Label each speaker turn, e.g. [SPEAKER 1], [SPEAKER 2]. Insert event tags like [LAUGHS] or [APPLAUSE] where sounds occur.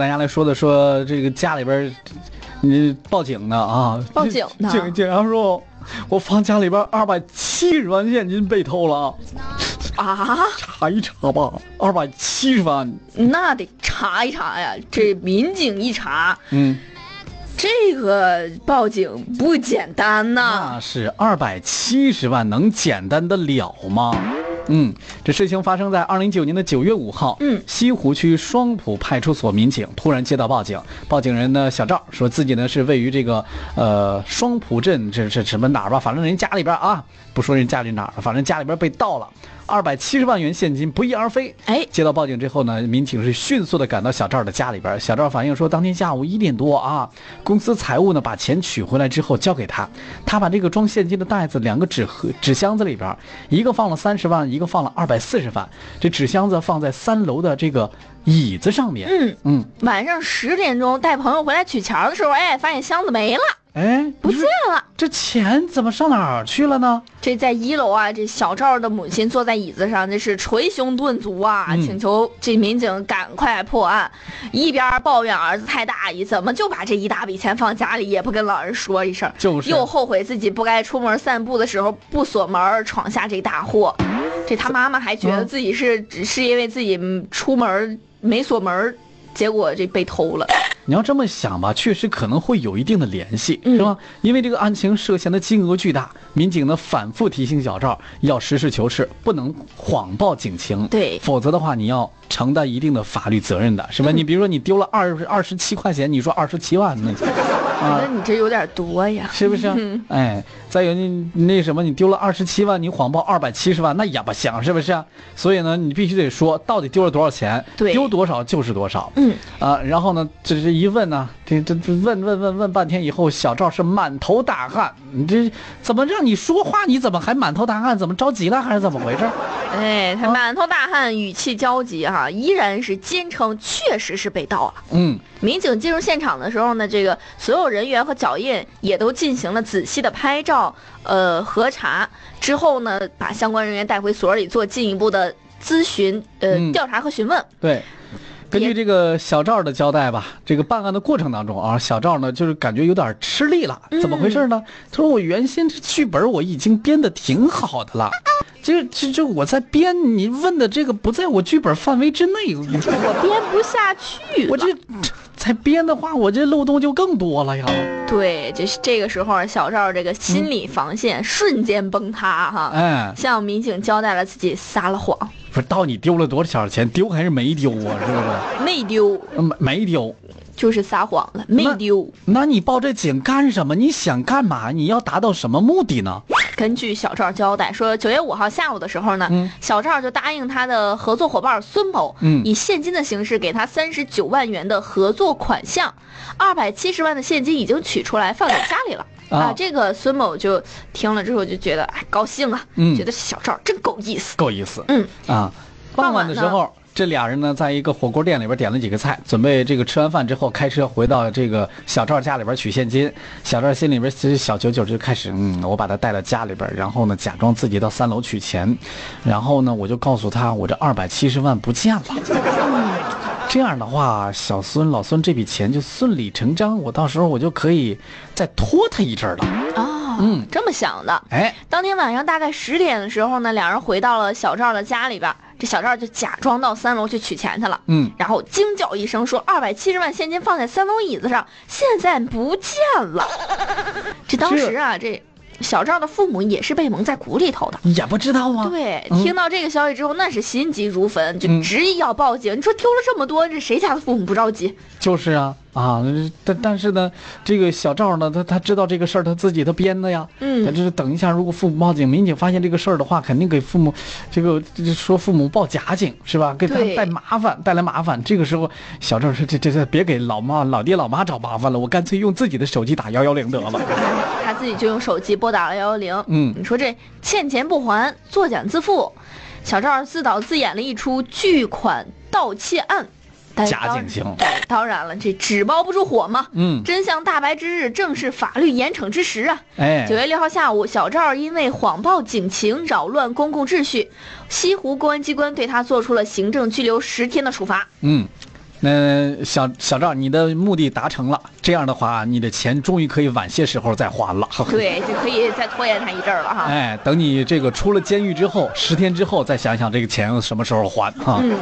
[SPEAKER 1] 大家来说的说这个家里边儿，你报警呢啊？
[SPEAKER 2] 报警呢
[SPEAKER 1] [LAUGHS] 警警察说，我房家里边二百七十万现金被偷了啊，
[SPEAKER 2] 啊， [LAUGHS]
[SPEAKER 1] 查一查吧，二百七十万，
[SPEAKER 2] 那得查一查呀。这民警一查，
[SPEAKER 1] 嗯，
[SPEAKER 2] 这个报警不简单呐、
[SPEAKER 1] 那是二百七十万能简单的了吗？嗯，这事情发生在二零一九年的九月五号，
[SPEAKER 2] 嗯
[SPEAKER 1] 西湖区双浦派出所民警突然接到报警，报警人呢小赵说自己呢是位于这个呃双浦镇这这什么哪儿吧，反正人家里边啊，不说人家里哪儿了，反正家里边被盗了二百七十万元现金不翼而飞。
[SPEAKER 2] 哎，
[SPEAKER 1] 接到报警之后呢，民警是迅速的赶到小赵的家里边。小赵反映说，当天下午一点多啊，公司财务呢把钱取回来之后交给他，他把这个装现金的袋子、两个纸盒、纸箱子里边，一个放了三十万，一个放了二百四十万。这纸箱子放在三楼的这个椅子上面。
[SPEAKER 2] 嗯，
[SPEAKER 1] 嗯，
[SPEAKER 2] 晚上十点钟带朋友回来取钱的时候，哎，发现箱子没了，
[SPEAKER 1] 哎，
[SPEAKER 2] 不
[SPEAKER 1] 你
[SPEAKER 2] 见
[SPEAKER 1] 说
[SPEAKER 2] 了。
[SPEAKER 1] 这钱怎么上哪儿去了呢？
[SPEAKER 2] 这在一楼啊，这小赵的母亲坐在椅子上，这是捶胸顿足啊，
[SPEAKER 1] 嗯
[SPEAKER 2] 请求这民警赶快破案，一边抱怨儿子太大意，怎么就把这一大笔钱放家里，也不跟老人说一声，
[SPEAKER 1] 就是
[SPEAKER 2] 又后悔自己不该出门散步的时候不锁门儿，闯下这大祸。这他妈妈还觉得
[SPEAKER 1] 嗯
[SPEAKER 2] 自己是只是因为自己嗯出门儿没锁门儿，结果这被偷了。
[SPEAKER 1] 你要这么想吧，确实可能会有一定的联系，
[SPEAKER 2] 嗯
[SPEAKER 1] 是吧？因为这个案情涉嫌的金额巨大，民警呢反复提醒小赵要实事求是，不能谎报警情，
[SPEAKER 2] 对嗯
[SPEAKER 1] 否则的话你要承担一定的法律责任的，是吧？你比如说你丢了二十二十七块钱，你说二十七万，那
[SPEAKER 2] 我
[SPEAKER 1] 啊
[SPEAKER 2] [LAUGHS] 觉得，你这有点多呀。
[SPEAKER 1] 是不是？
[SPEAKER 2] 嗯
[SPEAKER 1] 哎，再有你那什么，你丢了二十七万，你谎报二百七十万，那也不行，是不是？所以呢，你必须得说到底丢了多少钱，
[SPEAKER 2] 对
[SPEAKER 1] 丢多少就是多少。
[SPEAKER 2] 嗯，
[SPEAKER 1] 啊，然后呢，这这一问呢、这这这问问问问半天以后，小赵是满头大汗。你这怎么让你说话？你怎么还满头大汗？怎么着急了还是怎么回事？
[SPEAKER 2] 哎，他满头大汗，语气焦急哈、依然是坚称确实是被盗了。
[SPEAKER 1] 嗯，
[SPEAKER 2] 民警进入现场的时候呢，这个所有人员和脚印也都进行了仔细的拍照、呃核查之后呢，把相关人员带回所里做进一步的咨询、呃、
[SPEAKER 1] 嗯
[SPEAKER 2] 调查和询问。
[SPEAKER 1] 对。根据
[SPEAKER 2] 别
[SPEAKER 1] 这个小赵的交代吧，这个办案的过程当中啊，小赵呢就是感觉有点吃力了，怎么回事呢？他说我原先这剧本我已经编的挺好的了，这这这我在编，你问的这个不在我剧本范围之内，
[SPEAKER 2] 我编不下去了。
[SPEAKER 1] 我这再编的话，我这漏洞就更多了呀。
[SPEAKER 2] 对，这是这个时候啊小赵这个心理防线瞬间崩塌哈、
[SPEAKER 1] 哎，
[SPEAKER 2] 向民警交代了自己撒了谎，
[SPEAKER 1] 不是，到底丢了多少钱？丢还是没丢啊？是不是
[SPEAKER 2] 没丢，
[SPEAKER 1] 呃？没没丢，
[SPEAKER 2] 就是撒谎了，没
[SPEAKER 1] 那
[SPEAKER 2] 丢。
[SPEAKER 1] 那你报这警干什么？你想干嘛？你要达到什么目的呢？
[SPEAKER 2] 根据小赵交代说，九月五号下午的时候呢，
[SPEAKER 1] 嗯
[SPEAKER 2] 小赵就答应他的合作伙伴孙某，
[SPEAKER 1] 嗯
[SPEAKER 2] 以现金的形式给他三十九万元的合作款项，二百七十万的现金已经取出来放在家里了。
[SPEAKER 1] 啊
[SPEAKER 2] 这个孙某就听了之后就觉得哎高兴啊，
[SPEAKER 1] 嗯
[SPEAKER 2] 觉得小赵真够意思。
[SPEAKER 1] 够意思
[SPEAKER 2] 嗯，
[SPEAKER 1] 啊！傍
[SPEAKER 2] 傍
[SPEAKER 1] 晚
[SPEAKER 2] 晚
[SPEAKER 1] 的
[SPEAKER 2] 呢
[SPEAKER 1] 时候，这俩人呢，在一个火锅店里边点了几个菜，准备这个吃完饭之后开车回到这个小赵家里边取现金。小赵心里边其实小九九就开始，嗯，我把他带到家里边，然后呢，假装自己到三楼取钱，然后呢，我就告诉他我这二百七十万不
[SPEAKER 2] [LAUGHS]
[SPEAKER 1] 见了。这样的话，小孙老孙这笔钱就顺理成章，我到时候我就可以再拖他一阵儿了。
[SPEAKER 2] 啊，
[SPEAKER 1] 嗯
[SPEAKER 2] 这么想的。
[SPEAKER 1] 哎，
[SPEAKER 2] 当天晚上大概十点的时候呢，两人回到了小赵的家里边儿，这小赵就假装到三楼去取钱去了。
[SPEAKER 1] 嗯，
[SPEAKER 2] 然后惊叫一声说：“二百七十万现金放在三楼椅子上，现在不见了。”
[SPEAKER 1] [LAUGHS]
[SPEAKER 2] 这当时啊，这小赵的父母也是被蒙在鼓里头的。
[SPEAKER 1] 也不知道啊。
[SPEAKER 2] 对，
[SPEAKER 1] 嗯
[SPEAKER 2] 听到这个消息之后，那是心急如焚，就
[SPEAKER 1] 嗯
[SPEAKER 2] 执意要报警。你说丢了这么多，这谁家的父母不着急？
[SPEAKER 1] 就是啊啊，但但是呢，这个小赵呢，他他知道这个事儿，他自己他编的呀。
[SPEAKER 2] 嗯
[SPEAKER 1] 他就是等一下，如果父母报警，民警发现这个事儿的话，肯定给父母，这个这这说父母报假警是吧？给他
[SPEAKER 2] 对
[SPEAKER 1] 带麻烦，带来麻烦。这个时候，小赵说：“这这这，别给老妈、老爹、老妈找麻烦了，我干脆用自己的手机打幺幺零得
[SPEAKER 2] [LAUGHS]
[SPEAKER 1] 了。
[SPEAKER 2] 哎他自己就用手机拨打了幺幺零。
[SPEAKER 1] 嗯
[SPEAKER 2] 你说这欠钱不还，作茧自缚，小赵自导自演了一出巨款盗窃案。但是
[SPEAKER 1] 假
[SPEAKER 2] 当
[SPEAKER 1] 警情
[SPEAKER 2] 对当然了，这纸包不住火嘛。
[SPEAKER 1] 嗯
[SPEAKER 2] 真相大白之日，正是法律严惩之时啊！”
[SPEAKER 1] 哎
[SPEAKER 2] 九，月六号下午，小赵因为谎报警情、扰乱公共秩序，西湖公安机关对他做出了行政拘留十天的处罚。
[SPEAKER 1] 嗯，那小小赵，你的目的达成了，这样的话，你的钱终于可以晚些时候再花
[SPEAKER 2] [LAUGHS]
[SPEAKER 1] 了。
[SPEAKER 2] 对，就可以再拖延他一阵儿了哈。
[SPEAKER 1] 哎哎，等你这个出了监狱之后，十天之后再想想这个钱什么时候还哈。
[SPEAKER 2] 嗯，